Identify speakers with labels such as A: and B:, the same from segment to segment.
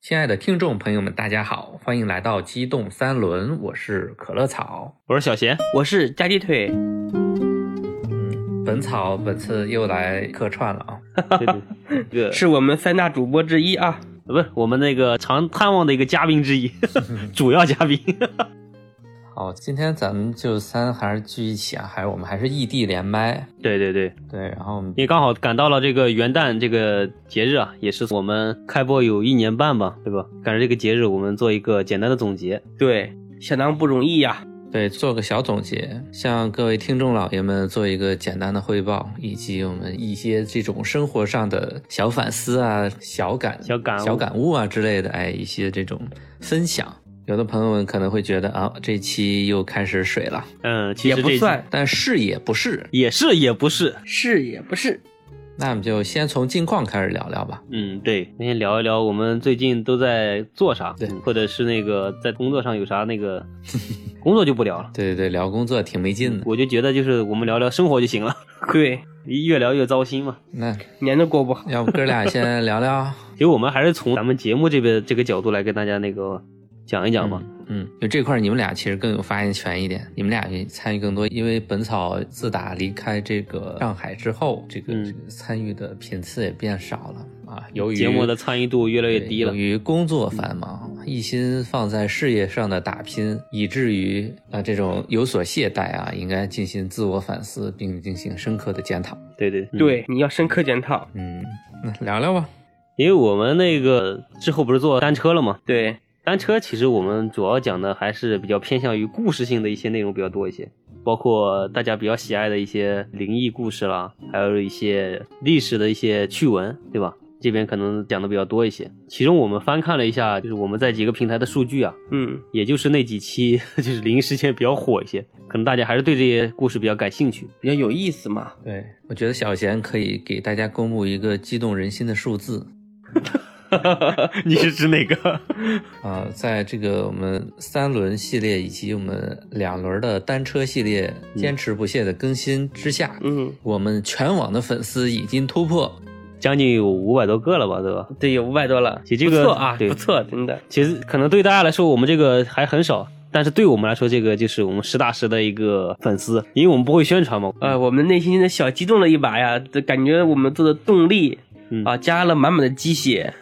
A: 亲爱的听众朋友们，大家好，欢迎来到机动三轮，我是可乐草。
B: 我是小贤，
C: 我是加鸡腿，
A: 本草本次又来客串了啊，
B: 对对， 对这个
C: 是我们三大主播之一啊。
B: 不是我们那个常探望的一个嘉宾之 一，主要嘉宾。
A: 好，今天咱们就三还是聚一起啊，还是我们还是异地连麦？
B: 对对对，
A: 对，然后我们
B: 因为刚好赶到了这个元旦这个节日啊，也是我们开播有一年半吧，对吧？赶上这个节日，我们做一个简单的总结。
C: 对，相当不容易呀、
A: 对做个小总结，向各位听众老爷们做一个简单的汇报，以及我们一些这种生活上的小反思啊、小感、
B: 小感悟
A: 小感悟啊之类的，哎，一些这种分享。有的朋友们可能会觉得啊，这期又开始水了，
B: 嗯，其
C: 也
B: 实这
C: 不算
A: 但是也不是。
B: 也是也不是，
C: 是也不是，
A: 那我们就先从近况开始聊聊吧。
B: 嗯，对，那先聊一聊我们最近都在做啥，
A: 对
B: 或者是那个在工作上有啥那 个，工作就不聊了。
A: 对对对，聊工作挺没
C: 嗯
A: 劲的。
B: 我就觉得就是我们聊聊生活就行了，
C: 对，
B: 越聊越糟心嘛。
A: 那
C: 年都过不好。
A: 要不哥俩先聊 聊？
B: 其实我们还是从咱们节目这边这个角度来跟大家那个讲一讲吧。
A: 嗯，就这块儿你们俩其实更有发言权一点，你们俩也参与更多，因为本草自打离开这个上海之后，这个、
B: 嗯
A: 这个参与的频次也变少了啊。由于
B: 节目的参与度越来越
A: 对
B: 低了
A: 由，于工作繁忙，一心放在事业上的打拼，以至于啊这种有所懈怠啊，应该进行自我反思并进行深刻的检讨。
B: 对对，
C: 对，你要深刻检讨。
A: 嗯，那聊聊吧。
B: 因为我们那个之后不是做单车了嘛，
C: 对，
B: 单车其实我们主要讲的还是比较偏向于故事性的一些内容比较多一些，包括大家比较喜爱的一些灵异故事啦，还有一些历史的一些趣闻，对吧？这边可能讲的比较多一些。其中我们翻看了一下，就是我们在几个平台的数据啊，
C: 嗯，
B: 也就是那几期 就是灵异事件比较火一些，可能大家还是对这些故事比较感兴趣。
C: 比较有意思嘛。
A: 对，我觉得小贤可以给大家公布一个激动人心的数字，
B: 你是指哪个？
A: 啊、在这个我们三轮系列以及我们两轮的单车系列坚持不懈的更新之下，
C: 嗯，
A: 我们全网的粉丝已经突破。
B: 将近有五百多个了吧，对吧？
C: 对，有五百多了，
B: 其实这个
C: 不错啊，
B: 对
C: 不错，真的。
B: 其实可能对大家来说，我们这个还很少，但是对我们来说，这个就是我们实打实的一个粉丝，因为我们不会宣传嘛。
C: 呃，我们内心的小激动了一把呀，这感觉我们做的动力
B: 嗯
C: 啊，加了满满的鸡血。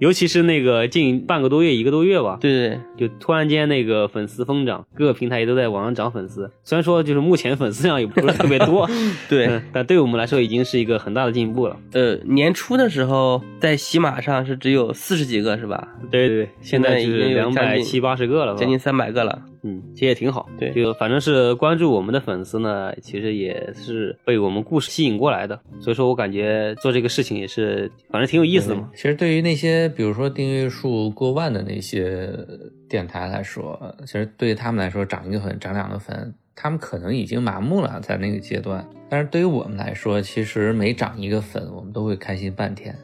B: 尤其是那个近半个多月、一个多月吧，
C: 对对
B: 就突然间那个粉丝疯涨，各个平台也都在网上涨粉丝。虽然说就是目前粉丝量也不是特别多，
C: 对，
B: 嗯，但对我们来说已经是一个很大的进步了。
C: 呃，年初的时候在喜马上是只有四十几个是吧？
B: 对对对，现在就是
C: 现在已经有
B: 两
C: 将
B: 百
C: 近
B: 七八十个了吧，
C: 将近三百个了。
B: 嗯，其实也挺好。
C: 对
B: 就反正是关注我们的粉丝呢，其实也是被我们故事吸引过来的，所以说我感觉做这个事情也是，反正挺有意思的嘛。
A: 嗯其实对于那些比如说订阅数过万的那些电台来说，其实对于他们来说涨一个粉、涨两个粉，他们可能已经麻木了，在那个阶段。但是对于我们来说，其实每涨一个粉，我们都会开心半天。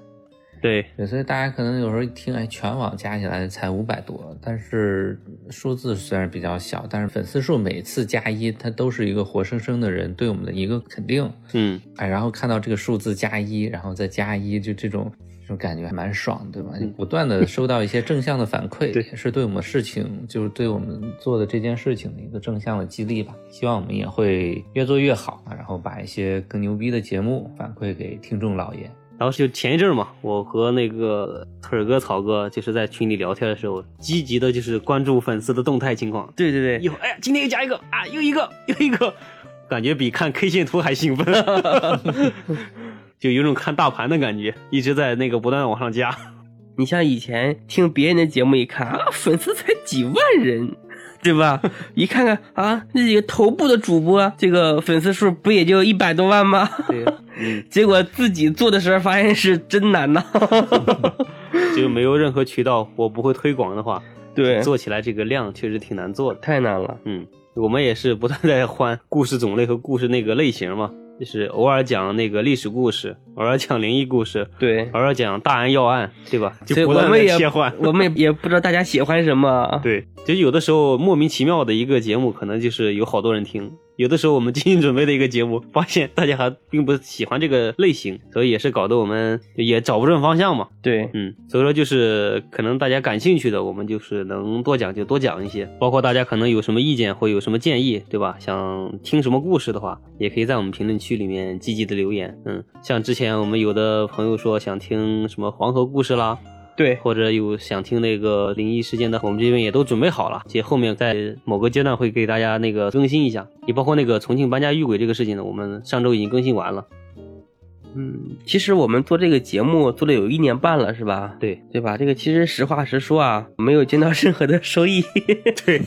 B: 对，
A: 对，所以大家可能有时候一听，哎，全网加起来才五百多，但是数字虽然比较小，但是粉丝数每次加一，它都是一个活生生的人对我们的一个肯定，
B: 嗯，
A: 哎，然后看到这个数字加一，然后再加一，就这种这种感觉还蛮爽，对吧？就不断的收到一些正向的反馈，
B: 对
A: 也是对我们事情，就是对我们做的这件事情的一个正向的激励吧。希望我们也会越做越好，啊然后把一些更牛逼的节目反馈给听众老爷。
B: 然后就前一阵儿嘛，我和那个腿儿哥、草哥就是在群里聊天的时候，积极的就是关注粉丝的动态情况，
C: 对对
B: 一
C: 对，
B: 会儿哎呀，今天又加一个啊，又一个又一个， 感觉比看 K 线图还兴奋， 就有种看大盘的感觉，一直在那个不断地往上加。
C: 你像以前听别人的节目，一看啊，粉丝才几万人，对吧？ 一看看啊，那几个头部的主播，这个粉丝数不也就一百多万吗？
B: 对，嗯。
C: 结果自己做的时候发现是真难呐。
B: 就没有任何渠道，我不会推广的话，
C: 对，
B: 做起来这个量确实挺难做的。
C: 太难了。
B: 嗯，我们也是不断在换故事种类和故事那个类型嘛，就是偶尔讲那个历史故事，偶尔讲灵异故事，
C: 对，
B: 偶尔讲大案要案，对吧？
C: 所以
B: 就不
C: 我
B: 断
C: 们
B: 的
C: 也。
B: 切换
C: 我们也不知道大家喜欢什么。
B: 对，就有的时候莫名其妙的一个节目，可能就是有好多人听，有的时候我们精心准备的一个节目，发现大家还并不喜欢这个类型，所以也是搞得我们也找不准方向嘛。
C: 对，
B: 嗯，所以说就是可能大家感兴趣的，我们就是能多讲就多讲一些，包括大家可能有什么意见或有什么建议，对吧？想听什么故事的话，也可以在我们评论区里面积极的留言。嗯，像之前我们有的朋友说想听什么黄河故事啦，
C: 对，
B: 或者有想听那个灵异事件的，我们这边也都准备好了，且后面在某个阶段会给大家那个更新一下。也包括那个重庆搬家遇鬼这个事情呢，我们上周已经更新完了。
C: 嗯，其实我们做这个节目做了有一年半了，是吧？
B: 对
C: 对吧？这个其实实话实说啊，没有见到任何的收益。
B: 对，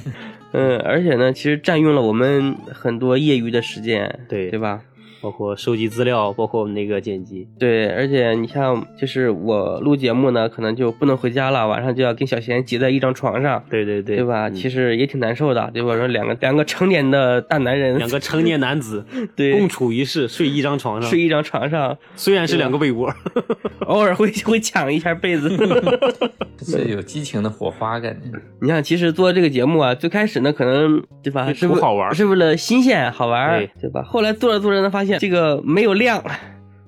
C: 嗯，而且呢，其实占用了我们很多业余的时间，
B: 对
C: 对吧？
B: 包括收集资料，包括我们那个剪辑，
C: 对，而且你像，就是我录节目呢，可能就不能回家了，晚上就要跟小贤挤在一张床上，
B: 对对对，
C: 对吧？
B: 嗯
C: 其实也挺难受的，对吧？说两个两个成年的大男人，
B: 两个成年男子
C: 对
B: 共处一室，睡一张床上
C: 睡，一张 床上，
B: 虽然是两个被窝，
C: 偶尔会会抢一下被子。
A: 这有激情的火花感觉。
C: 你看，其实做这个节目啊，最开始呢，可能对吧，
B: 就是图
C: 为
B: 哎好玩儿
C: 是为了新鲜好玩儿
B: 对，
C: 对吧？后来做着做着呢，发现这个没有量，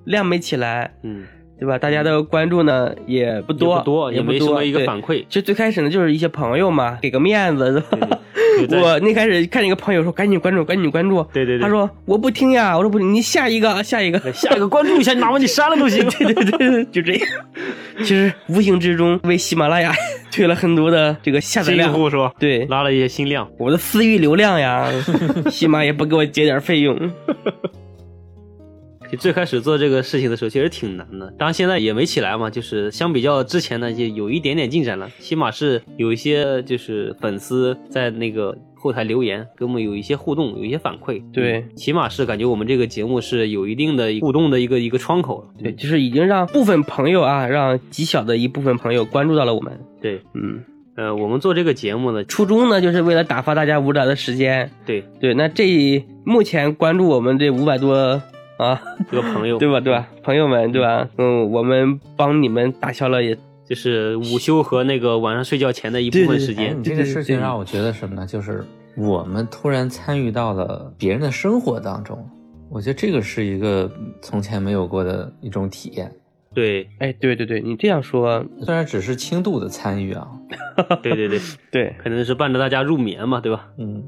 C: 量没起来，
B: 嗯，
C: 对吧？大家的关注呢也不多，
B: 也不多，
C: 也
B: 也
C: 不
B: 没什么一个
C: 对
B: 反馈。
C: 就最开始呢，就是一些朋友嘛，给个面子。是吧
B: 对对对
C: 我那开始看一个朋友说赶紧关注，赶紧关注。
B: 对对对
C: 他说我不听呀，我说不听，你下一个，啊下一个，
B: 下一个关注一下，哪怕你删了都行。
C: 对对对，就这样。其实无形之中为喜马拉雅 推了很多的这个下载
B: 新用
C: 量。
B: 户是吧？
C: 对，
B: 拉了一些新量。
C: 我的私域流量呀，喜马也不给我结点费用。
B: 就最开始做这个事情的时候，其实挺难的。当然现在也没起来嘛，就是相比较之前呢，就有一点点进展了。起码是有一些就是粉丝在那个后台留言，给我们有一些互动，有一些反馈。
C: 对
B: 起码是感觉我们这个节目是有一定的互动的一个一个窗口了。
C: 对，就是已经让部分朋友啊，让极小的一部分朋友关注到了我们。
B: 对，
C: 嗯，
B: 呃，我们做这个节目呢，
C: 初衷呢，就是为了打发大家无聊的时间。
B: 对
C: 对，那这目前关注我们这五百多啊，
B: 这个朋友，
C: 对吧？对吧？朋友们，对吧？嗯，我们帮你们打消了也
B: 就是午休和那个晚上睡觉前的一部分时
A: 哎，
B: 间
A: 你。这个事情让我觉得什么呢？就是我们突然参与到了别人的生活当中，我觉得这个是一个嗯从前没有过的一种体验。
B: 对
C: 哎，对对对，你这样说，
A: 虽然只是轻度的参与啊，
B: 对对对，
C: 对
B: 可能是伴着大家入眠嘛，对吧？
A: 嗯，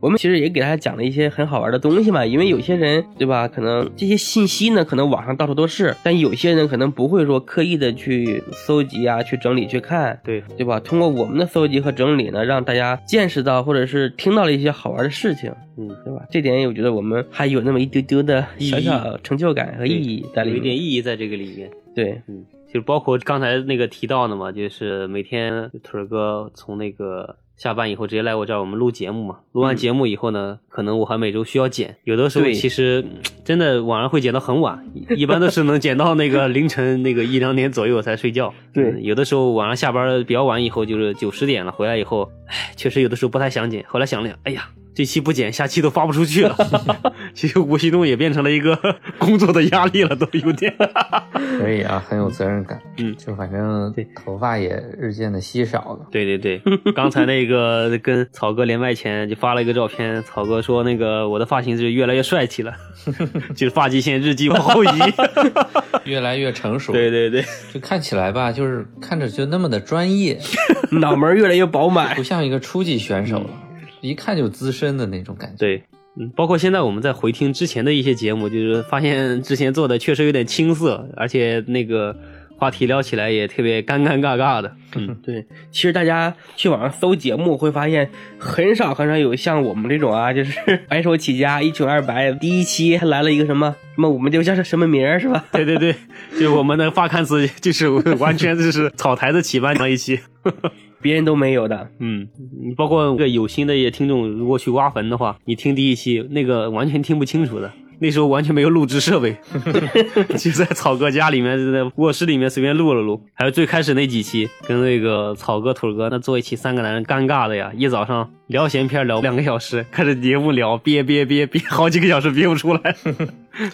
C: 我们其实也给大家讲了一些很好玩的东西嘛，因为有些人对吧，可能这些信息呢，可能网上到处都是，但有些人可能不会说刻意的去搜集啊、去整理、去看，
B: 对，
C: 对吧？通过我们的搜集和整理呢，让大家见识到或者是听到了一些好玩的事情，
B: 嗯。
C: 对吧？这点我觉得我们还有那么一丢丢的小小成就感和意义在
B: 有
C: 里
B: 一点
C: 面，
B: 意义在这个里面。
C: 对。
B: 嗯，就是包括刚才那个提到的嘛，就是每天腿儿哥从那个下班以后直接来我这儿，我们录节目嘛。录完节目以后呢，可能我还每周需要剪，有的时候
C: 嗯对
B: 其实嗯真的晚上会剪到很晚，一一般都是能剪到那 个凌晨那个一两点左右才睡觉。
C: 对
B: 嗯有的时候晚上下班比较晚以后，就是九十点了，回来以后，哎，确实有的时候不太想剪。后来想了想，哎呀。这期不剪，下期都发不出去 了。 其实无形中也变成了一个 工作的压力了，都有点。
A: 可以啊，很有责任感。
B: 嗯
A: 就反正
B: 对
A: 头发也日渐的稀少 了。
B: 对对对，刚才那个跟草哥连麦前就发了一个照片，草哥说那个我的发型是越来越帅气了， 就是发际线日积往后移。
A: 越来越成熟，
B: 对对对，
A: 就看起来吧，就是看着就那么的专业，
C: 脑门儿越来越饱满
A: 不。像一个初级选手了，
B: 嗯
A: 一看就资深的那种感觉。
B: 对，嗯，包括现在我们在回听之前的一些节目，就是发现之前做的确实有点青涩，而且那个话题聊起来也特别尴尴尬尬的。嗯，
C: 对，其实大家去网上搜节目，会发现很少很少有像我们这种啊，就是 白手起家一穷二白。第一期还来了一个什么什么，我们这个叫是什么名儿是吧？
B: 对对对，就是我们的发刊词就是完全就是草台子起班上一期。
C: 别人都没有的。
B: 嗯，你包括那个有心的也听众，如果去挖坟的话，你听第一期那个完全听不清楚的，那时候完全没有录制设 备，就在草哥家里面，就在卧室里面随便录了录。还有最开始那几期，跟那个草哥、腿儿哥那做一期，三个男人尴尬的呀，一早上聊闲篇聊两个小时，开始节目聊憋憋憋憋好几个小时憋不出 来，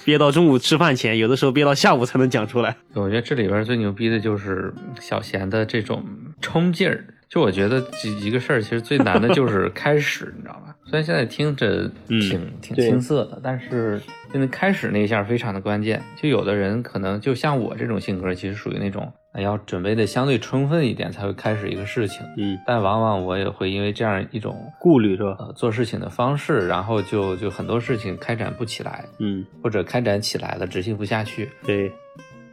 B: 憋到中午吃饭前，有的时候憋到下午才能讲出来。
A: 我觉得这里边最牛逼的就是小贤的这种冲劲儿，就我觉得这一个事儿，其实最难的就是开始，你知道吧？ 虽然现在听着挺、挺
B: 对
A: 青涩的，但是真的开始那一下非常的关键。就有的人可能就像我这种性格，其实属于那种哎要准备的相对充分一点才会开始一个事情，
B: 嗯，
A: 但往往我也会因为这样一种
B: 顾虑是吧？
A: 呃做事情的方式，然后就就很多事情开展不起来，
B: 嗯，
A: 或者开展起来了执行不下去。
B: 对。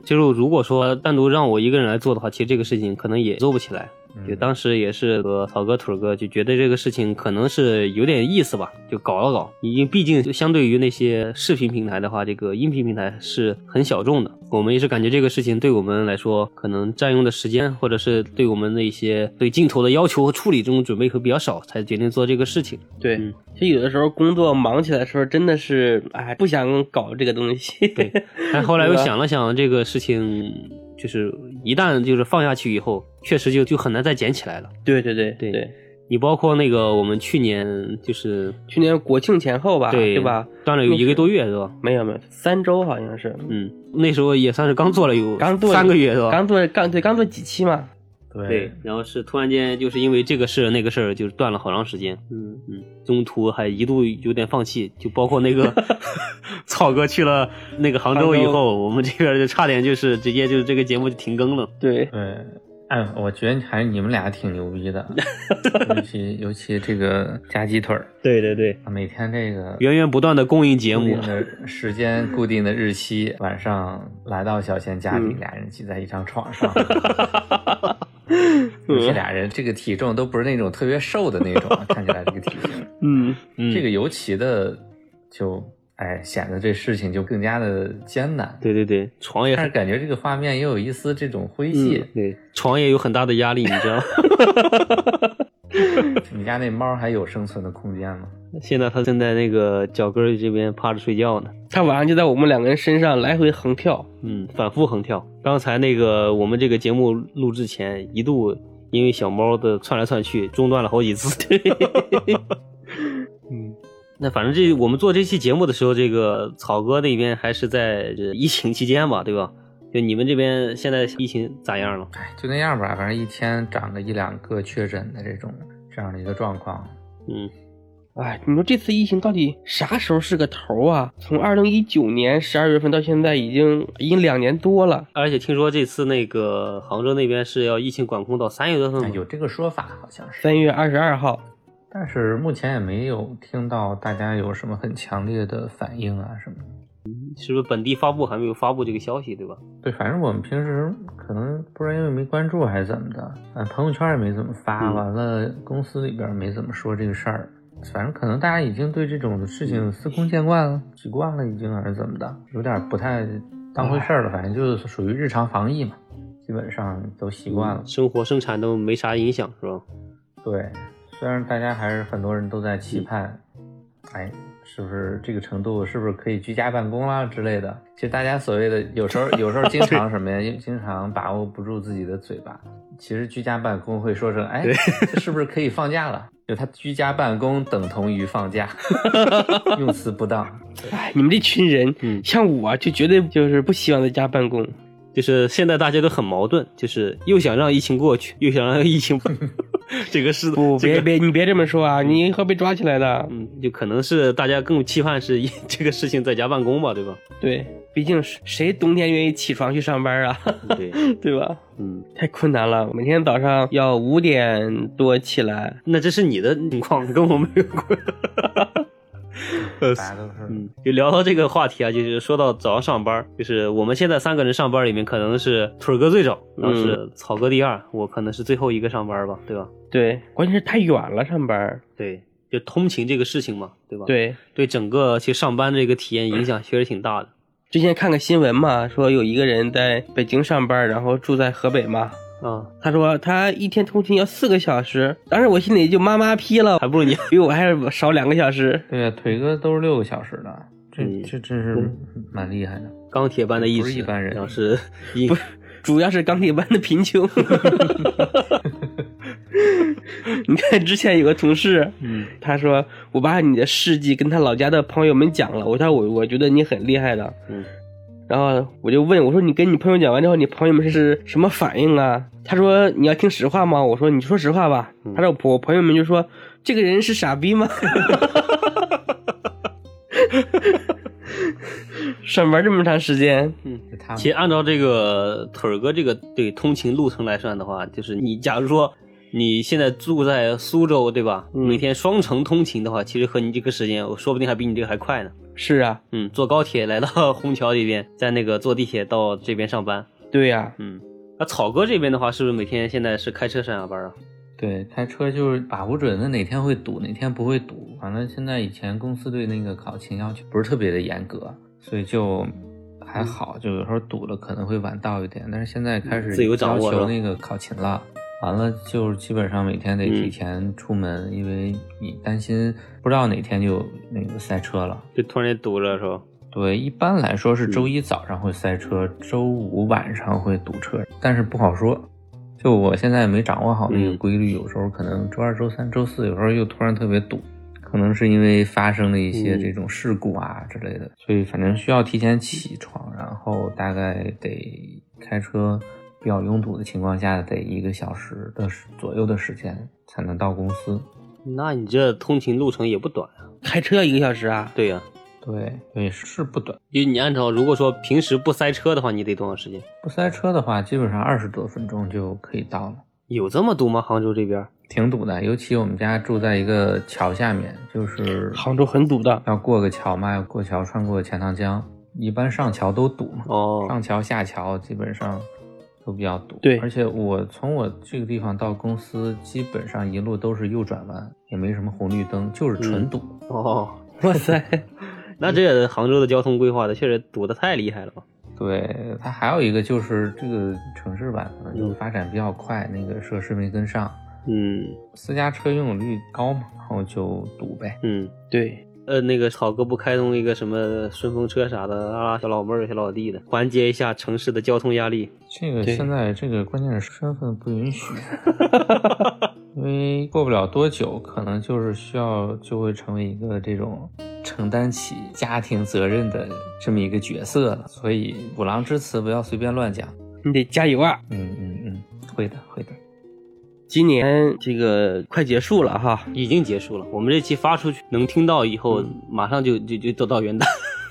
B: 就是如果说单独让我一个人来做的话，其实这个事情可能也做不起
A: 嗯
B: 来。就当时也是和草哥、腿儿哥就觉得这个事情可能是有点意思吧，就搞了搞。因为毕竟就相对于那些视频平台的话，这个音频平台是很小众的。我们也是感觉这个事情对我们来说，可能占用的时间，或者是对我们的一些对镜头的要求和处理这种准备会比较少，才决定做这个事情。
C: 对，
B: 嗯
C: 其实有的时候工作忙起来的时候，真的是哎不想搞这个东西。
B: 对 但后来又想了想，这个事情就是一旦就是放下去以后，确实就就很难再捡起来了。
C: 对对对
B: 对
C: 对，
B: 你包括那个我们去年就是
C: 去年国庆前后吧，
B: 啊对
C: 对吧？？
B: 断了有一个多月是吧？
C: 没有没有，三周好像是，
B: 嗯，那时候也算是 刚做了有
C: 刚做
B: 三个月是吧？
C: 刚做刚对刚做几期嘛，
B: 对，然后是突然间就是因为这个事儿那个事儿，就是断了好长时间。
C: 嗯，
B: 嗯，中途还一度有点放弃，就包括那 个草哥去了那个杭州以
C: 杭州
B: 后，我们这边就差点就是直接就是这个节目就停更了。
C: 对，
A: 对，哎，我觉得还是你们俩挺牛逼的，尤其尤其这个夹鸡腿儿，
B: 对对对，
A: 每天这个
B: 源源不断的供应节
A: 固
B: 目
A: 定。的时间、固定的日期，晚上来到小贤家里，俩人挤在一张床上。这俩人这个体重都不是那种特别瘦的那种，啊看起来这个体型，
C: 嗯，
B: 嗯，
A: 这个尤其的就哎显得这事情就更加的艰难。
B: 对对对，床也
A: 但
B: 很
A: 是感觉这个画面也有一丝这种诙谐，
B: 对，床也有很大的压力，你知道吗？
A: 你家那猫还有生存的空间吗？
B: 现在他正在那个脚跟儿这边趴着睡觉呢。
C: 他晚上就在我们两个人身上来回横跳，
B: 嗯，反复横跳。刚才那个我们这个节目录制前，一度因为小猫的窜来窜去，中断了好几次。 嗯，那反正这我们做这期节目的时候，这个草哥那边还是在这疫情期间吧，对吧？就你们这边现在疫情咋样了？
A: 哎，就那样吧，反正一天长个一两个确诊的这种这样的一个状况。
B: 嗯，
C: 哎，你说这次疫情到底啥时候是个头啊？从二零一九年十二月份到现在，已经已经两年多了。
B: 而且听说这次那个杭州那边是要疫情管控到三月多份
A: 哎
B: 吗？
A: 有这个说法好像是，
C: 三月二十二号，
A: 但是目前也没有听到大家有什么很强烈的反应啊什么的。
B: 是不是本地发布还没有发布这个消息，对吧？
A: 对，反正我们平时可能不知道因为没关注还是怎么的，嗯、朋友圈也没怎么发，
B: 嗯
A: 完了公司里边没怎么说这个事儿。反正可能大家已经对这种事情司空见惯了、习惯了，已经还是怎么的，有点不太当回事儿了。反正就是属于日常防疫嘛，基本上都习惯了。
B: 生活生产都没啥影响，是吧？
A: 对，虽然大家还是很多人都在
B: 嗯
A: 期盼，哎，是不是这个程度，是不是可以居家办公啦之类的？其实大家所谓的有时候，有时候经 常什么呀，因为经常把握不住自己的嘴巴。其实居家办公会说成，哎，这是不是可以放假了？就他居家办公等同于放 假，用词不当。
C: 哎，你们这群人，
B: 嗯
C: 像我啊就绝对就是不希望在家办公。
B: 就是现在大家都很矛盾，就是又想让疫情过去， 又想让疫情这个是
C: 不，
B: 这
C: 别
B: 个
C: 别，你别这么说啊，你会被抓起来的。
B: 嗯，就可能是大家更期盼是 这个事情在家办公吧，对吧？
C: 对，毕竟谁谁冬天愿意起床去上班啊，
B: 对，
C: 对吧？
B: 嗯，
C: 太困难了，每天早上要五点多起来。
B: 那这是你的情况，跟我没有关。呃
A: 大家都是
B: 嗯，就聊到这个话题啊，就是说到早上上班，就是我们现在三个人上班里面，可能是腿儿哥最早，然后
A: 嗯
B: 是草哥第二，我可能是最后一个上班吧，对吧？
C: 对，关键是太远了，上班。
B: 对，就通勤这个事情嘛，对吧？，
C: 对，
B: 对整个其实上班这个体验影响确实挺大的。
C: 之前看个新闻嘛，说有一个人在北京上班，然后住在河北嘛。
B: 啊，
C: 他说他一天通勤要四个小时，当时我心里就妈妈批了，
B: 还不如你。
C: 比我还是少两个小时。
A: 对呀，腿哥都是六个小时的，这
B: 嗯
A: 这真是蛮厉害的。
B: 钢铁般的意志，
A: 不是一般人
B: 然 后是一
C: 不是主要是钢铁般的贫穷。 你看之前有个同事，
B: 嗯
C: 他说我把你的事迹跟他老家的朋友们讲了，我说我我觉得你很厉害的。
B: 嗯
C: 然后我就问我说：“你跟你朋友讲完之后，你朋友们是什么反应啊？”他说：“你要听实话吗？”我说：“你说实话吧。”他说：“我朋友们就说这个人是傻逼吗？” 上班这么长时间，
A: 是他们
B: 其实按照这个腿儿哥这个对通勤路程来算的话，就是你假如说你现在住在苏州，对吧？
C: 嗯
B: 每天双程通勤的话，其实和你这个时间，我说不定还比你这个还快呢。
C: 是啊，
B: 嗯，坐高铁来到虹桥这边，在那个坐地铁到这边上班。
C: 对呀、
B: 嗯，那草哥这边的话，是不是每天现在是开车上下班啊？
A: 对，开车就是把不准他哪天会堵，哪天不会堵。反正现在以前公司对那个考勤要求不是特别的严格，所以就还
B: 嗯
A: 好，就有时候堵了可能会晚到一点。但是现在开始
B: 自由掌
A: 要
B: 握是吧
A: 求那个考勤了，完了就是基本上每天得提
B: 嗯
A: 前出门，因为你担心不知道哪天就那个塞车了。
B: 就突然间堵了是吧？
A: 对，一般来说
B: 嗯
A: 是周一早上会塞车，周五晚上会堵车，但是不好说。就我现在也没掌握好那个
B: 嗯
A: 规律，有时候可能周二、周三、周四，有时候又突然特别堵，可能是因为发生了一些
B: 嗯
A: 这种事故啊之类的，所以反正需要提前起床，然后大概得开车比较拥堵的情况下，得一个小时的时左右的时间才能到公司。
B: 那你这通勤路程也不短啊。
C: 开车要一个小时啊，
B: 对呀、
A: 对，对，是不短。
B: 就你按照如果说平时不塞车的话，你得多长时间？
A: 不塞车的话，基本上二十多分钟就可以到了。
B: 有这么堵吗？杭州这边？
A: 挺堵的，尤其我们家住在一个桥下面，就是
C: 杭州很堵的，
A: 要过个桥嘛，要过桥穿过钱塘江，一般上桥都堵嘛，
B: 哦，
A: 上桥下桥基本上都比较堵。
C: 对
A: 而且我从我这个地方到公司，基本上一路都是右转弯，也没什么红绿灯，就是纯堵。
B: 哦，
C: 嗯哇塞，
B: 那这杭州的交通规划的确实堵得太厉害了吧？
A: 对，它还有一个就是这个城市吧，
C: 嗯
A: 可能就是发展比较快，那个设施没跟上，
B: 嗯
A: 私家车拥有率高嘛，然后就堵呗。
B: 嗯，
C: 对，
B: 呃，那个草哥不开通一个什么顺风车啥的，啊，小老妹儿、小老弟的，缓解一下城市的交通压力。
A: 这个
C: 对
A: 现在这个关键是身份不允许，因为过不了多久，可能就是需要就会成为一个这种承担起家庭责任的这么一个角色了。所以虎狼之词不要随便乱讲。
C: 你得加油啊！
A: 嗯嗯嗯，会的会的。
C: 今年这个快结束了哈，
B: 已经结束了，我们这期发出去能听到以后，马上就就就都到元旦，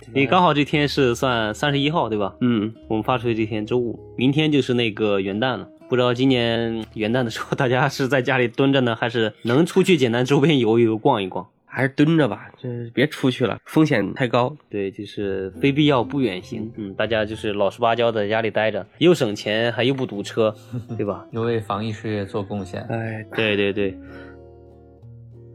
B: 因为刚好这天是算三十一号对吧？
C: 嗯，
B: 我们发出去这天周五，明天就是那个元旦了。不知道今年元旦的时候，大家是在家里蹲着呢，还是能出去简单周边游一游、逛一逛？
C: 还是蹲着吧，就是别出去了，风险太高。
B: 对，就是非必要不远行。嗯，大家就是老实巴交的在家里待着，又省钱还又不堵车，对吧？
A: 又为防疫事业做贡献。
C: 哎，
B: 对对对，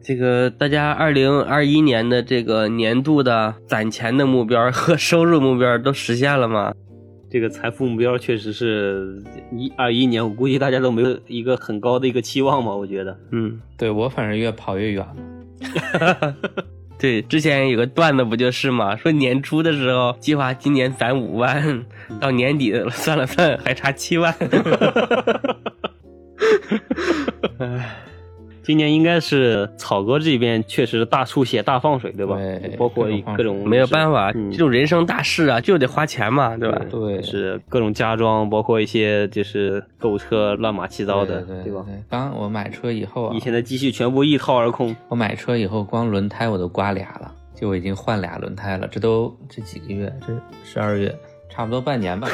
C: 这个大家二零二一年的这个年度的攒钱的目标和收入目标都实现了吗？
B: 这个财富目标确实是一二一年，我估计大家都没有一个很高的一个期望吧，我觉得。
C: 嗯，
A: 对我反正越跑越远了。
C: 对，之前有个段子不就是嘛，说年初的时候计划今年攒五万，到年底了算了算还差七万。
B: 今年应该是草哥这边确实大出血、大放水，对吧？
A: 对
B: 包括
A: 各种放
B: 各种
C: 没有办法，
B: 嗯
C: 这种人生大事啊，就得花钱嘛，对吧？
A: 对，
B: 是各种家装，包括一些就是购车乱码七糟的，
A: 对对
B: 吧？？
A: 刚我买车以后啊，
B: 以前的积蓄全部一掏而空，
A: 我买车以后，光轮胎我都刮俩了，就我已经换俩轮胎了。这都这几个月，这十二月，差不多半年吧，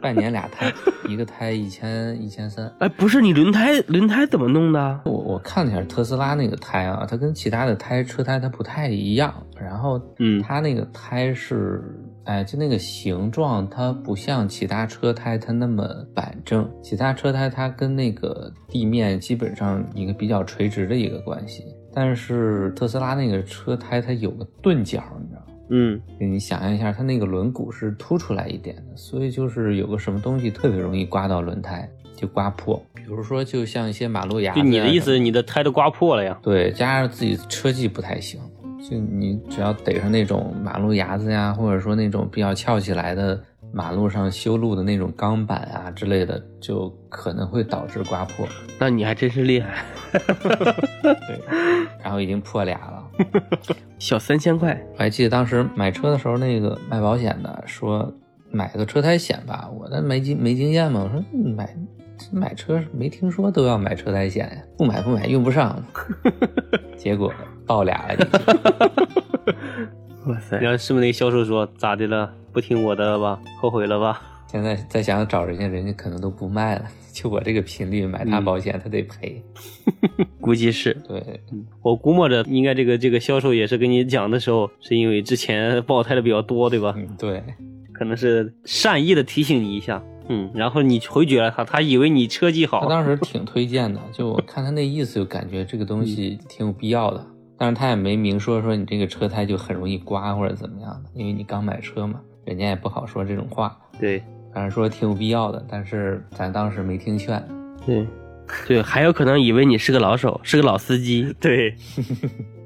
A: 半年俩胎，一个胎一千一千三。
C: 哎，不是你轮胎轮胎怎么弄的？
A: 我我看了一下特斯拉那个胎啊，它跟其他的胎车胎它不太一样，然后
B: 嗯
A: 它那个胎是。哎，就那个形状，它不像其他车胎它那么板正。其他车胎它跟那个地面基本上一个比较垂直的一个关系，但是特斯拉那个车胎它有个钝角，你知道吗？
B: 嗯，
A: 你想象一下，它那个轮毂是凸出来一点的，所以就是有个什么东西特别容易刮到轮胎，就刮破。比如说，就像一些马路牙子啊呀。
B: 就你的意思，你的胎都刮破了呀？
A: 对，加上自己车技不太行，就你只要逮上那种马路牙子呀，或者说那种比较翘起来的马路上修路的那种钢板啊之类的，就可能会导致刮破。
C: 那你还真是厉害。
A: 对，然后已经破俩了，
C: 小三千块，
A: 我还记得当时买车的时候，那个卖保险的说买个车胎险吧，我那没经没经验嘛，我说嗯买买车没听说都要买车胎险呀，不买不买用不上， 结果爆俩了，
C: 哇塞
B: 你！看是不是那个销售说咋的了？不听我的了吧？后悔了吧？
A: 现在再想想找人家，人家可能都不卖了， 就我这个频率买他保险，他得赔，
C: 估计是
A: 对，
B: 我估摸着应该这个这个销售也是跟你讲的时候，是因为之前爆胎的比较多，对吧？
A: 嗯对，
B: 可能是善意的提醒你一下，嗯，然后你回绝了他，他以为你车技
A: 他
B: 好，
A: 当时挺推荐的，就我看他那意思，就感觉这个东西挺有必要的。但是他也没明说说你这个车胎就很容易刮或者怎么样的，因为你刚买车嘛，人家也不好说这种话。
B: 对
A: 反正说挺有必要的，但是咱当时没听劝。
C: 对对，还有可能以为你是个老手，是个老司机，
B: 对，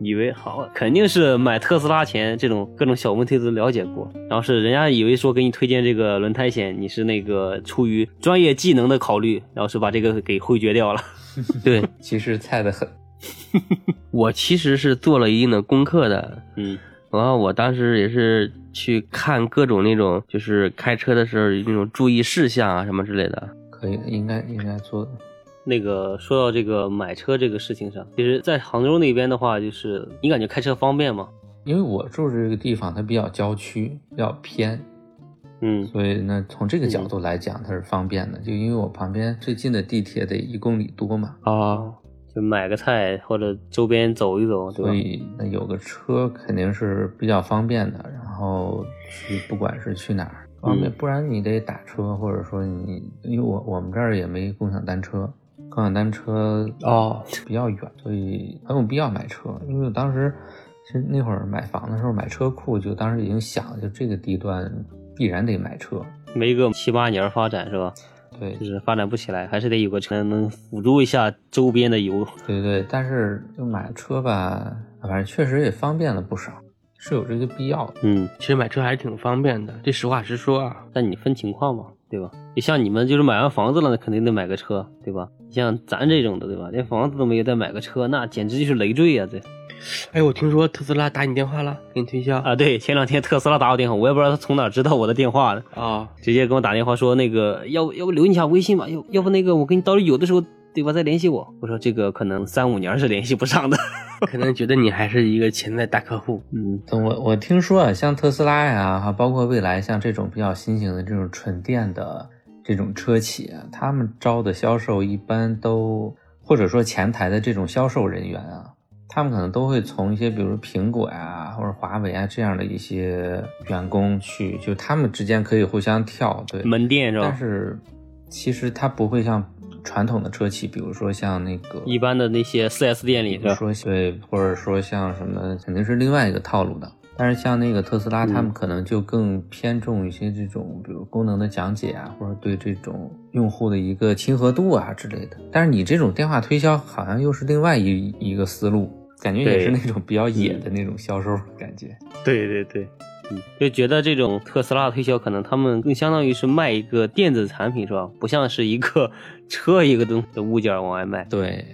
B: 以为好，肯定是买特斯拉前这种各种小问题都了解过，然后是人家以为说给你推荐这个轮胎险，你是那个出于专业技能的考虑，然后是把这个给回绝掉了，
C: 对
A: 其实菜的很，
C: 我其实是做了一定的功课的，
B: 嗯
C: 然后我当时也是去看各种那种，就是开车的时候那种注意事项啊什么之类的。
A: 可以应该应该做的。
B: 那个说到这个买车这个事情上，其实，在杭州那边的话，就是你感觉开车方便吗？
A: 因为我住这个地方，它比较郊区，比较偏，
B: 嗯，
A: 所以呢，从这个角度来讲，它是方便的。就因为我旁边最近的地铁得一公里多嘛，啊
C: 哦，
B: 就买个菜或者周边走一走，对吧
A: 所？以那有个车肯定是比较方便的。然后去不管是去哪儿方便，
B: 嗯
A: 不然你得打车，或者说你因为我我们这儿也没共享单车，共享单车
C: 哦
A: 比较远，所以很有必要买车。因为我当时其实那会儿买房的时候买车库，就当时已经想，就这个地段必然得买车。
B: 没个七八年儿发展是吧？
A: 对
B: 就是发展不起来，还是得有个车能辅助一下周边的油。
A: 对对，但是就买车吧，反正确实也方便了不少，是有这个必要的。
B: 嗯，
C: 其实买车还是挺方便的，这实话实说啊。
B: 但你分情况嘛，对吧？就像你们就是买完房子了，那肯定得买个车，对吧？像咱这种的，对吧？连房子都没有，再买个车，那简直就是累赘呀、这
C: 哎，我听说特斯拉打你电话了，给你推销啊、
B: 啊，对，前两天特斯拉打我电话，我也不知道他从哪儿知道我的电话的，
C: 哦？
B: 直接给我打电话说那个要不要不留你一下微信吧，要要不那个我给你到时候有的时候对吧再联系我。我说这个可能三五年是联系不上的。
C: 可能觉得你还是一个潜在大客户。
B: 嗯，
A: 但我我听说啊，像特斯拉呀，还包括蔚来，像这种比较新型的这种纯电的这种车企啊，他们招的销售一般都，或者说前台的这种销售人员啊，他们可能都会从一些比如苹果呀、或者华为啊这样的一些员工去，就他们之间可以互相跳，对，
B: 门店是吧？
A: 但是其实它不会像传统的车企，比如说像那个
B: 一般的那些 4S 店里
A: 比如
B: 的，
A: 说对，或者说像什么，肯定是另外一个套路的。但是像那个特斯拉，他们可能就更偏重一些这种，比如功能的讲解啊，或者对这种用户的一个亲和度啊之类的。但是你这种电话推销，好像又是另外一一个思路，感觉也
B: 对
A: 是那种比较野的那种销售感觉。
B: 对对对，嗯，就觉得这种特斯拉的推销，可能他们更相当于是卖一个电子产品是吧？不像是一个车一个东的物件往外卖，
A: 对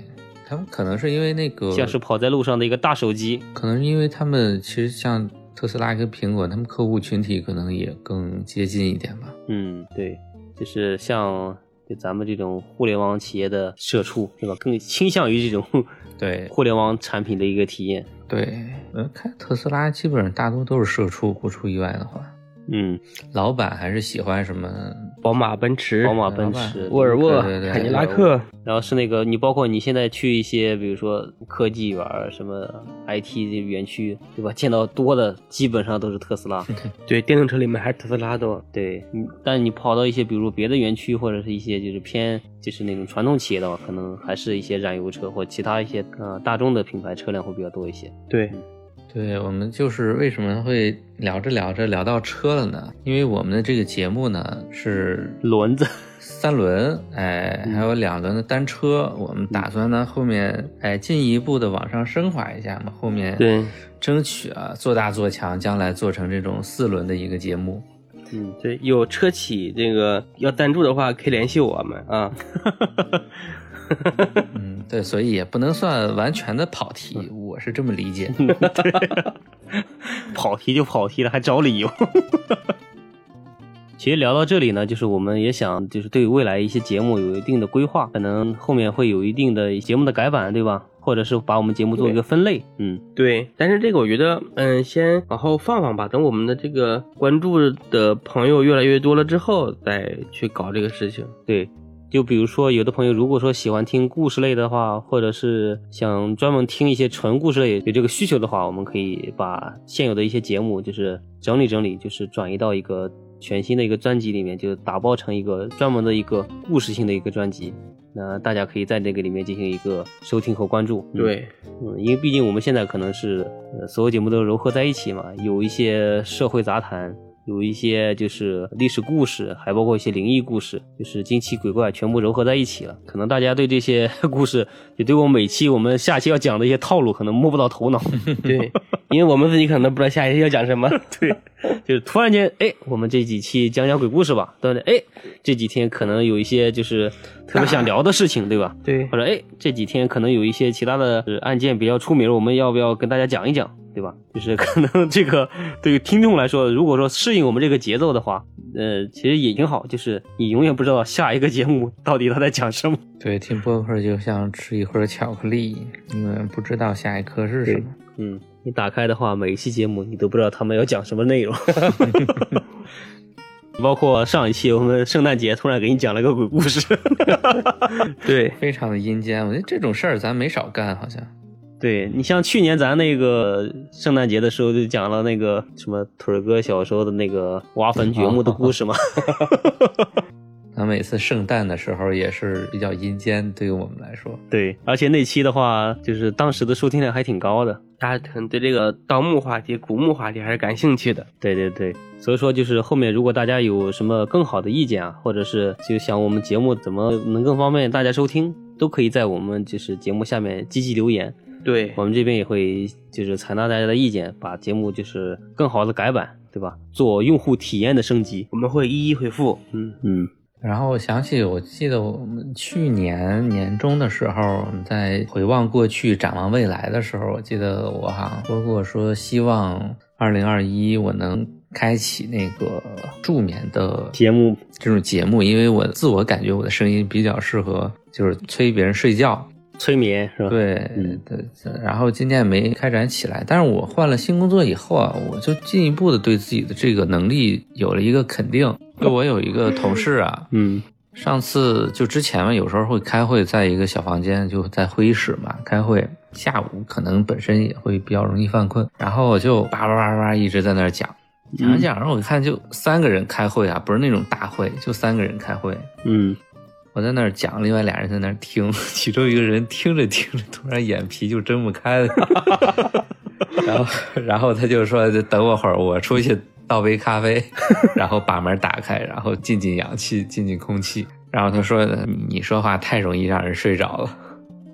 A: 他们可能是因为那个
B: 像是跑在路上的一个大手机。
A: 可能是因为他们其实像特斯拉跟苹果，他们客户群体可能也更接近一点吧。
B: 嗯，对，就是像就咱们这种互联网企业的社畜是吧？更倾向于这种
A: 对
B: 互联网产品的一个体验。
A: 对，呃，开特斯拉基本上大多都是社畜，不出意外的话，
B: 嗯，
A: 老板还是喜欢什么
C: 宝马、奔驰、
B: 宝
A: 嗯
B: 马、
A: 老
B: 奔
A: 板
B: 驰、
C: 沃尔沃
A: 对对对、
C: 凯迪拉克，
B: 然后是那个你包括你现在去一些，比如说科技园儿、什么 IT 这园区，对吧？见到多的基本上都是特斯拉。
C: 对，电动车里面还是特斯拉多。
B: 对，你但你跑到一些比如说别的园区，或者是一些就是偏就是那种传统企业的话，可能还是一些燃油车或其他一些呃大众的品牌车辆会比较多一些。
C: 对，
A: 对我们就是为什么会聊着聊着聊到车了呢？因为我们的这个节目呢是
B: 轮子，
A: 三轮，哎，还有两轮的单车，我们打算呢后面哎进一步的往上升华一下嘛，后面
C: 对
A: 争取啊做大做强，将来做成这种四轮的一个节目。
B: 嗯，
C: 对，有车企这个要赞助的话，可以联系我们啊。
A: 嗯，对，所以也不能算完全的跑题，我是这么理解。
B: 嗯 跑题就跑题了，还找理由。其实聊到这里呢，就是我们也想，就是对未来一些节目有一定的规划，可能后面会有一定的节目的改版，对吧？或者是把我们节目做一个分类，嗯，
C: 对，但是这个我觉得，嗯，先往后放放吧，等我们的这个关注的朋友越来越多了之后，再去搞这个事情。
B: 对。就比如说，有的朋友如果说喜欢听故事类的话，或者是想专门听一些纯故事类有这个需求的话，我们可以把现有的一些节目就是整理整理，就是转移到一个全新的一个专辑里面，就是打包成一个专门的一个故事性的一个专辑。那大家可以在这个里面进行一个收听和关注。嗯，
C: 对，
B: 嗯，因为毕竟我们现在可能是呃所有节目都糅合在一起嘛，有一些社会杂谈，有一些就是历史故事，还包括一些灵异故事，就是惊奇鬼怪全部糅合在一起了。可能大家对这些 故事，也对我每期我们下期要讲的一些套路，可能摸不到头脑，
C: 对，因为我们自己可能都不知道下一期要讲什么。对，
B: 就是突然间，哎，我们这几期讲讲鬼故事吧，对不对？哎，这几天可能有一些就是特别想聊的事 情，对吧？
C: 对
B: 或，者哎，这几天可能有一些其他的呃案件比较出名，我们要不要跟大家讲一讲，对吧？就是可能这个对于听众来说，如果说适应我们这个节奏的话，呃，其实也挺好，就是你永远不知道下一个节目到底他在讲什么。
A: 对，听播客就像吃一盒巧克力，因为不知道下一颗是什么。
B: 嗯，你打开的话，每一期节目你都不知道他们要讲什么内容。 包括上一期我们圣诞节突然给你讲了个鬼故 事，
C: 对，
A: 非常的阴间，我觉得这种事儿咱没少干，好像。
B: 对你像去年咱那个圣诞节的时候就讲了那个什么腿儿哥小时候的那个挖坟掘墓的故事嘛，
A: 咱每次圣诞的时候也是比较阴间，对于我们来说，
B: 对，而且那期的话就是当时的收听量还挺高的，
C: 大家可能对这个盗墓话题、古墓话题还是感兴趣的。
B: 对对对，所以说就是后面如果大家有什么更好的意见啊，或者是就想我们节目怎么能更方便大家收听，都可以在我们就是节目下面积极留言，
C: 对，
B: 我们这边也会就是采纳大家的意见，把节目就是更好的改版，对吧？做用户体验的升级。
C: 我们会一一回复。
B: 嗯嗯，
A: 然后我想起，我记得我们去年年中的时候，我们在回望过去、展望未来的时候，我记得我好像说过，说希望二零二一我能开启那个助眠的
B: 节目
A: 这种节目，因为我自我感觉我的声音比较适合，就是催别人睡觉。
B: 催眠是吧？
A: 对
B: 嗯
A: 对，然后今年也没开展起来，但是我换了新工作以后啊，我就进一步的对自己的这个能力有了一个肯定。就我有一个同事啊，
B: 嗯
A: 上次就之前嘛，有时候会开会，在一个小房间，就在会议室嘛开会。下午可能本身也会比较容易犯困，然后我就叭叭叭叭一直在那儿讲，讲着讲着，我看就三个人开会啊，不是那种大会，就三个人开会。
B: 嗯，
A: 我在那儿讲，另外俩人在那儿听，其中一个人听着听着，突然眼皮就睁不开了， 然后然后他就说：“等我会儿，我出去倒杯咖啡，然后把门打开，然后进进氧气，进进空气。”然后他说：“你说话太容易让人睡着了。”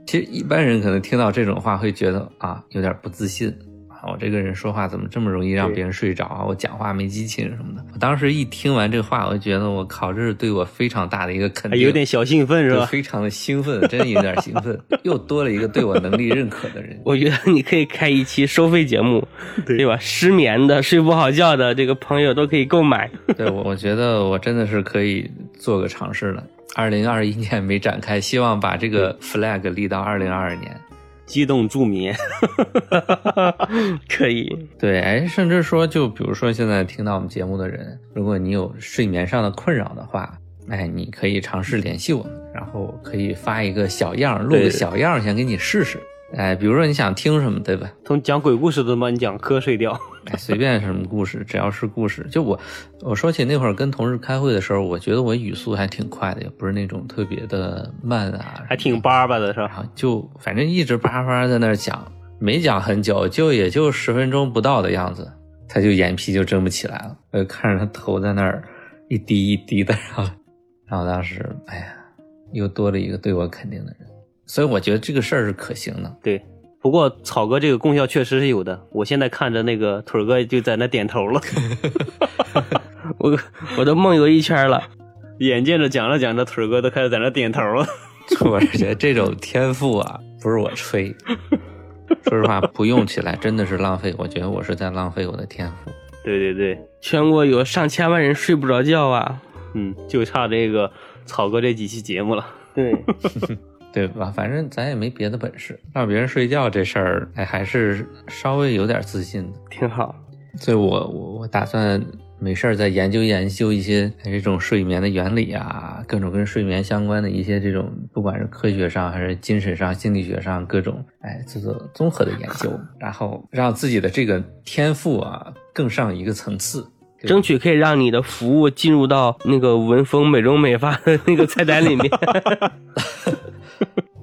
A: 其实一般人可能听到这种话会觉得啊，有点不自信啊，我这个人说话怎么这么容易让别人睡着啊？我讲话没激情什么的。我当时一听完这话，我就觉得我靠，这是对我非常大的一个肯
B: 还
A: 定，
B: 有点小兴奋是
A: 就
B: 吧？
A: 非常的兴奋，真有点兴奋，又多了一个对我能力认可的人。
C: 我觉得你可以开一期收费节目，
B: 对
C: 对吧？失眠的、睡不好觉的这个朋友都可以购买。
A: 对我，我觉得我真的是可以做个尝试了。二零二一年没展开，希望把这个 flag 立到二零二二年。
B: 激动助眠，
C: 可以，
A: 对，哎，甚至说，就比如说现在听到我们节目的人，如果你有睡眠上的困扰的话，哎，你可以尝试联系我们，然后可以发一个小样儿，录
B: 对
A: 个小样儿，先给你试试。哎，比如说你想听什么，对吧？
B: 从讲鬼故事都把你讲瞌睡掉。
A: 哎，随便什么故事，只要是故事，就我我说起那会儿跟同事开会的时候，我觉得我语速还挺快的，也不是那种特别的慢啊，
B: 还挺巴巴的是
A: 然
B: 吧？
A: 后就反正一直叭叭在那儿讲，没讲很久，就也就十分钟不到的样子，他就眼皮就睁不起来了，我就看着他头在那儿一滴一滴的，然后然后当时哎呀，又多了一个对我肯定的人，所以我觉得这个事儿是可行的。
B: 对，不过草哥这个功效确实是有的，我现在看着那个腿儿哥就在那点头了，
C: 我我都梦游一圈了。
B: 眼见着讲着讲着腿儿哥都开始在那点头了。
A: 我是觉得这种天赋啊，不是我吹，说实话，不用起来真的是浪费。我觉得我是在浪费我的天赋。
B: 对对对，
C: 全国有上千万人睡不着觉啊！
B: 嗯，就差这个草哥这几期节目了。
C: 对，
A: 对吧？反正咱也没别的本事，让别人睡觉这事儿，哎，还是稍微有点自信的。
C: 挺好。
A: 所以我我我打算没事儿再研究研究一些哎这种睡眠的原理啊，各种跟睡眠相关的一些这种，不管是科学上还是精神上、心理学上各种哎这个综合的研究，然后让自己的这个天赋啊更上一个层次。对
C: 争取可以让你的服务进入到那个文风美容美发的那个菜单里面。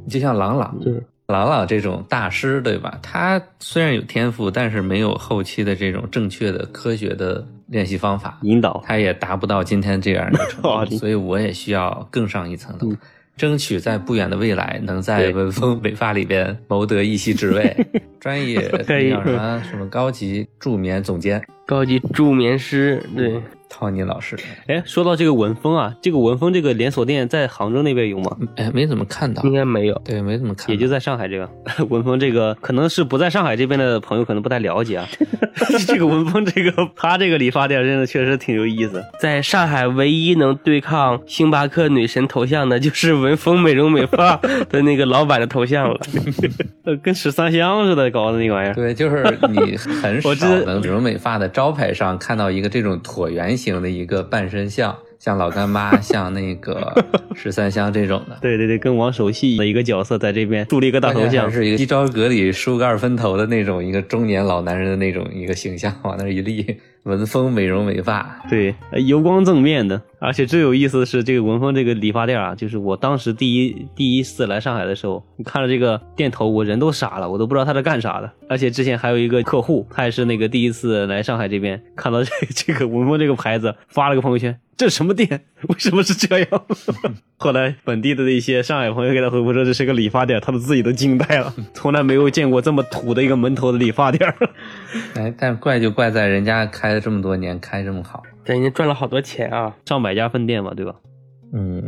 A: 就像郎朗，
C: 对
A: 郎朗这种大师，对吧？他虽然有天赋，但是没有后期的这种正确的科学的练习方法，
B: 引导，
A: 他也达不到今天这样的程
B: 哇
A: 度，
B: 你
A: 所以我也需要更上一层楼
B: 嗯，
A: 争取在不远的未来能在
B: 对
A: 文风美发里边谋得一席职位，专业
C: 可以
A: 叫什么什么高级助眠总监
C: 高级助眠师，对，
A: 托尼老师，
B: 哎，说到这个文峰啊，这个文峰这个连锁店在杭州那边有吗？
A: 哎，没怎么看到
C: 应，该没有。
A: 对，没怎么看到，
B: 嗯也就在上海这个 文峰，这个可能是不在上海这边的朋友可能不太了解啊。 这个文峰，这个他这个理发店真的确实挺有意思。
C: 在上海唯一能对抗星巴克女神头像的，就是文风美容美发的那个老板的头像了。
B: 呃，跟十三香似的搞的那个玩意 儿。
A: 对，就是你很少
B: 我知道
A: 能美容美发的招牌上看到一个这种椭圆形的一个半身像，像老干妈，像那 个十三香这种的。
B: 对对对，跟王守信的一个角色在这边树立一个大头
A: 关键还
B: 像，
A: 是一个一招隔里梳个二分头的那种一个中年老男人的那种一个形象，往那儿一立，文风美容美发，
B: 对，呃油光锃面的。而且最有意思的是，这个文峰这个理发店啊，就是我当时第一第一次来上海的时候，我看了这个店头，我人都傻了，我都不知道他是干啥的。而且之前还有一个客户，他也是那个第一次来上海这边，看到这这个文峰这个牌子，发了个朋友圈。这什么店？ 为什么是这样？ 后来本地的一些上海朋友给他回复说这是个理发店，他们自己都惊呆了，从来没有见过这么土的一个门头的理发店。
A: 哎，但怪就怪在人家开了这么多年，开这么好，
C: 对，人家赚了好多钱啊！
B: 上百家分店嘛，对吧？
A: 嗯，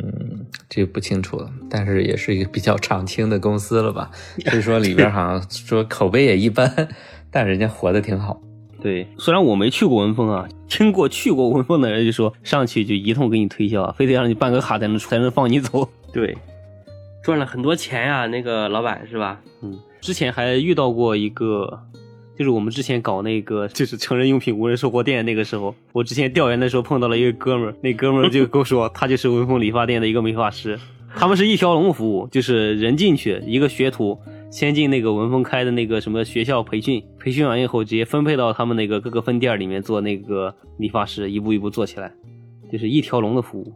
A: 这不清楚了，但是也是一个比较常青的公司了吧？ 据说里边好像说口碑也一般，但人家活得挺好。
B: 对，虽然我没去过文峰啊，听过去过文峰的人就说，上去就一通给你推销啊，非得让你办个卡才能才能放你走。
C: 对，赚了很多钱呀、那个老板是吧？
B: 嗯，之前还遇到过一个，就是我们之前搞那个 就是成人用品无人售货店那个时候，我之前调研的时候碰到了一个哥们儿， 那哥们儿就跟我说，他就是文峰理发店的一个美发师，他们是一条龙服务，就是人进去一个学徒。先进那个文峰开的那个什么学校培训，培训完以后直接分配到他们那个各个分店里面做那个理发师，一步一步做起来，就是一条龙的服务。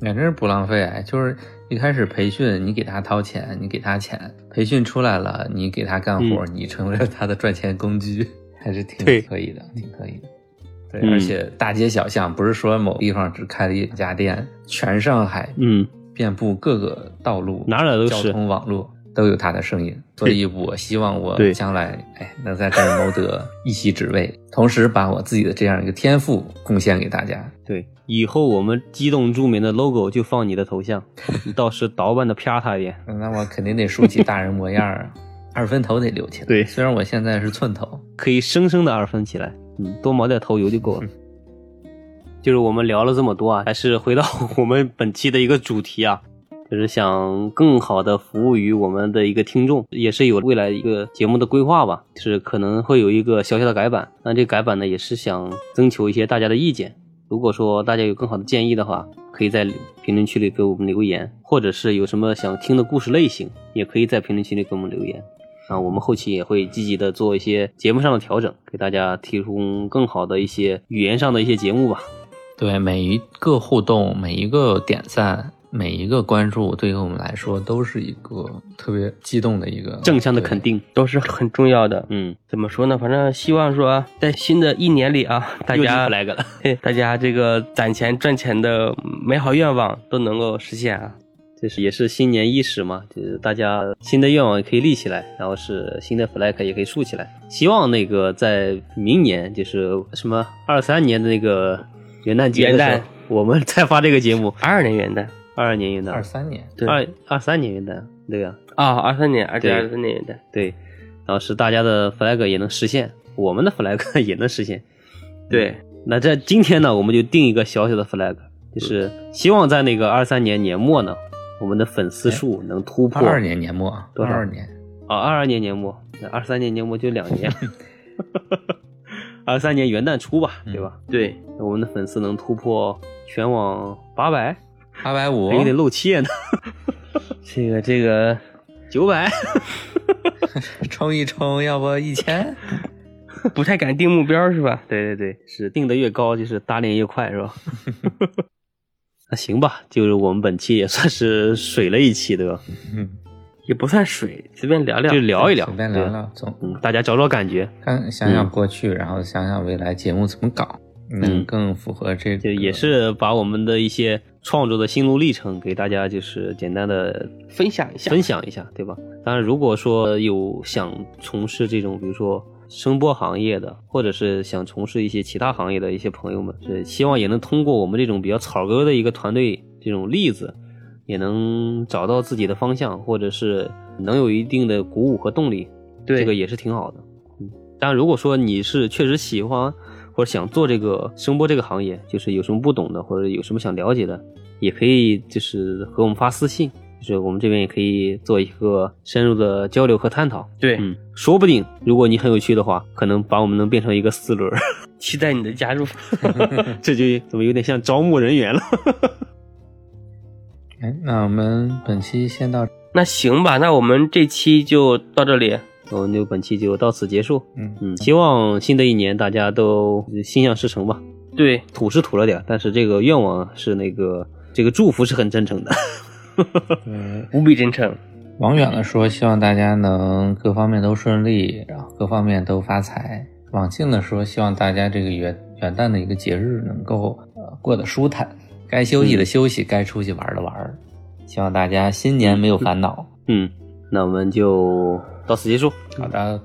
A: 那真是不浪费哎！就是一开始培训，你给他掏钱，你给他钱，培训出来了，你给他干活，你成为了他的赚钱工具，还是挺
B: 嗯对
A: 可以的，挺可以的。对，
B: 嗯
A: 而且大街小巷不是说某地方只开了一家店，全上海
B: 嗯，
A: 遍布各个道路，
B: 哪哪都
A: 交
B: 是。
A: 通网络都有他的声音。所以我希望我
B: 对
A: 将来哎能在这儿谋得一席职位，同时把我自己的这样一个天赋贡献给大家。
B: 对，以后我们激动著名的 logo 就放你的头像，你到时倒办的啪嗒一点。
A: 那我肯定得梳起大人模样儿，二分头得留起来。
B: 对
A: 虽然我现在是寸头，
B: 可以生生的二分起来，嗯，多抹点头油就够了。
C: 嗯
B: 就是我们聊了这么多啊，还是回到 我们本期的一个主题啊，就是想更好的服务于我们的一个听众，也是有未来一个节目的规划吧，就是可能会有一个小小的改版。那这改版呢，也是想征求一些大家的意见。如果说大家有更好的建议的话，可以在评论区里给我们留言，或者是有什么想听的故事类型，也可以在评论区里给我们留言。啊，我们后期也会积极的做一些节目上的调整，给大家提供更好的一些语言上的一些节目吧。
A: 对每一个互动、每一个点赞、每一个关注，对于我们来说都是一个特别激动的一个
B: 正向的肯。定，
C: 都是很重要的。
B: 嗯，
C: 怎么说呢？反正希望说，啊在新的一年里啊，大
B: 又立
C: 家
B: flag 了。
C: 对大家这个攒钱赚钱的美好愿望都能够实现啊！
B: 这是也是新年伊始嘛，就是大家新的愿望也可以立起来，然后是新的 flag 也可以竖起来。希望那个在明年，就是什么二三年的那个元旦节的时候
C: 元旦
B: 我们再发这个节目。
C: 二二年元旦，
B: 二二年元
A: 二
B: 旦，
A: 三年，
C: 对
B: 二二三年元旦，对呀、
C: 啊，二三年，二
B: 对
C: 二三年的，
B: 对，然后是大家的 flag 也能实现，我们的 flag 也能实现。
C: 对，
B: 那在今天呢，我们就定一个小小的 flag，就是希望在那个二三年年末呢，我们的粉丝数能突破
A: 二二年年末，
B: 多
A: 二
B: 少
A: 二年，
B: 啊，二二年年末，那二三年年末就两 年，二三年元旦初吧，对吧？
C: 对，
B: 那我们的粉丝能突破全网八百，
A: 八百五，
B: 有点露怯呢，
C: 这个这 个，
B: 九百，
A: 冲一冲，要不一 千？
C: 不太敢定目标是吧？
B: 对对对，是定的越高，哦就是搭脸越快，是吧？那行吧，就是我们本期也算是水了一期，对吧？
A: 嗯，
C: 也不算水，随便聊聊
B: 就，聊一聊，
A: 随便
B: 对
A: 聊聊，总
B: 嗯，大家找找感觉，
A: 看想想
B: 嗯
A: 过去，然后想想未来节目怎么搞，
B: 嗯
A: 能更符合这
B: 就
A: 个，
B: 也是把我们的一些创作的心路历程给大家就是简单的
C: 分享一下，
B: 分享一下，对吧？当然，如果说有想从事这种，比如说声波行业的，或者是想从事一些其他行业的一些朋友们，是希望也能通过我们这种比较草根的一个团队这种例子，也能找到自己的方向，或者是能有一定的鼓舞和动力，
C: 对
B: 这个也是挺好的。嗯，当然，如果说你是确实喜欢或者想做这个声波这个行业，就是有什么不懂的或者有什么想了解的，也可以就是和我们发私信，就是我们这边也可以做一个深入的交流和探讨。
C: 对，
B: 嗯，说不定如果你很有趣的话，可能把我们能变成一个四轮儿，
C: 期待你的加入。
B: 这就怎么有点像招募人员了？
A: 哎，那我们本期先到，
C: 那行吧，那我们这期就到这里，
B: 我们就本期就到此结束。
A: 嗯，
B: 嗯，希望新的一年大家都心想事成吧。
C: 对，
B: 土是土了点儿，但是这个愿望是那个这个祝福是很真诚的。
A: 对，
C: 无比真诚，
A: 往远了说，希望大家能各方面都顺利，然后各方面都发财；往近了说，希望大家这个元元旦的一个节日能够呃过得舒坦，该休息的休息，该出去玩的玩儿。希望大家新年没有烦恼。
B: 嗯，那我们就到此结束，
A: 好的，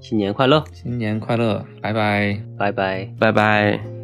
B: 新年快乐，
A: 新年快乐，拜拜。
B: 拜拜。
C: 拜拜。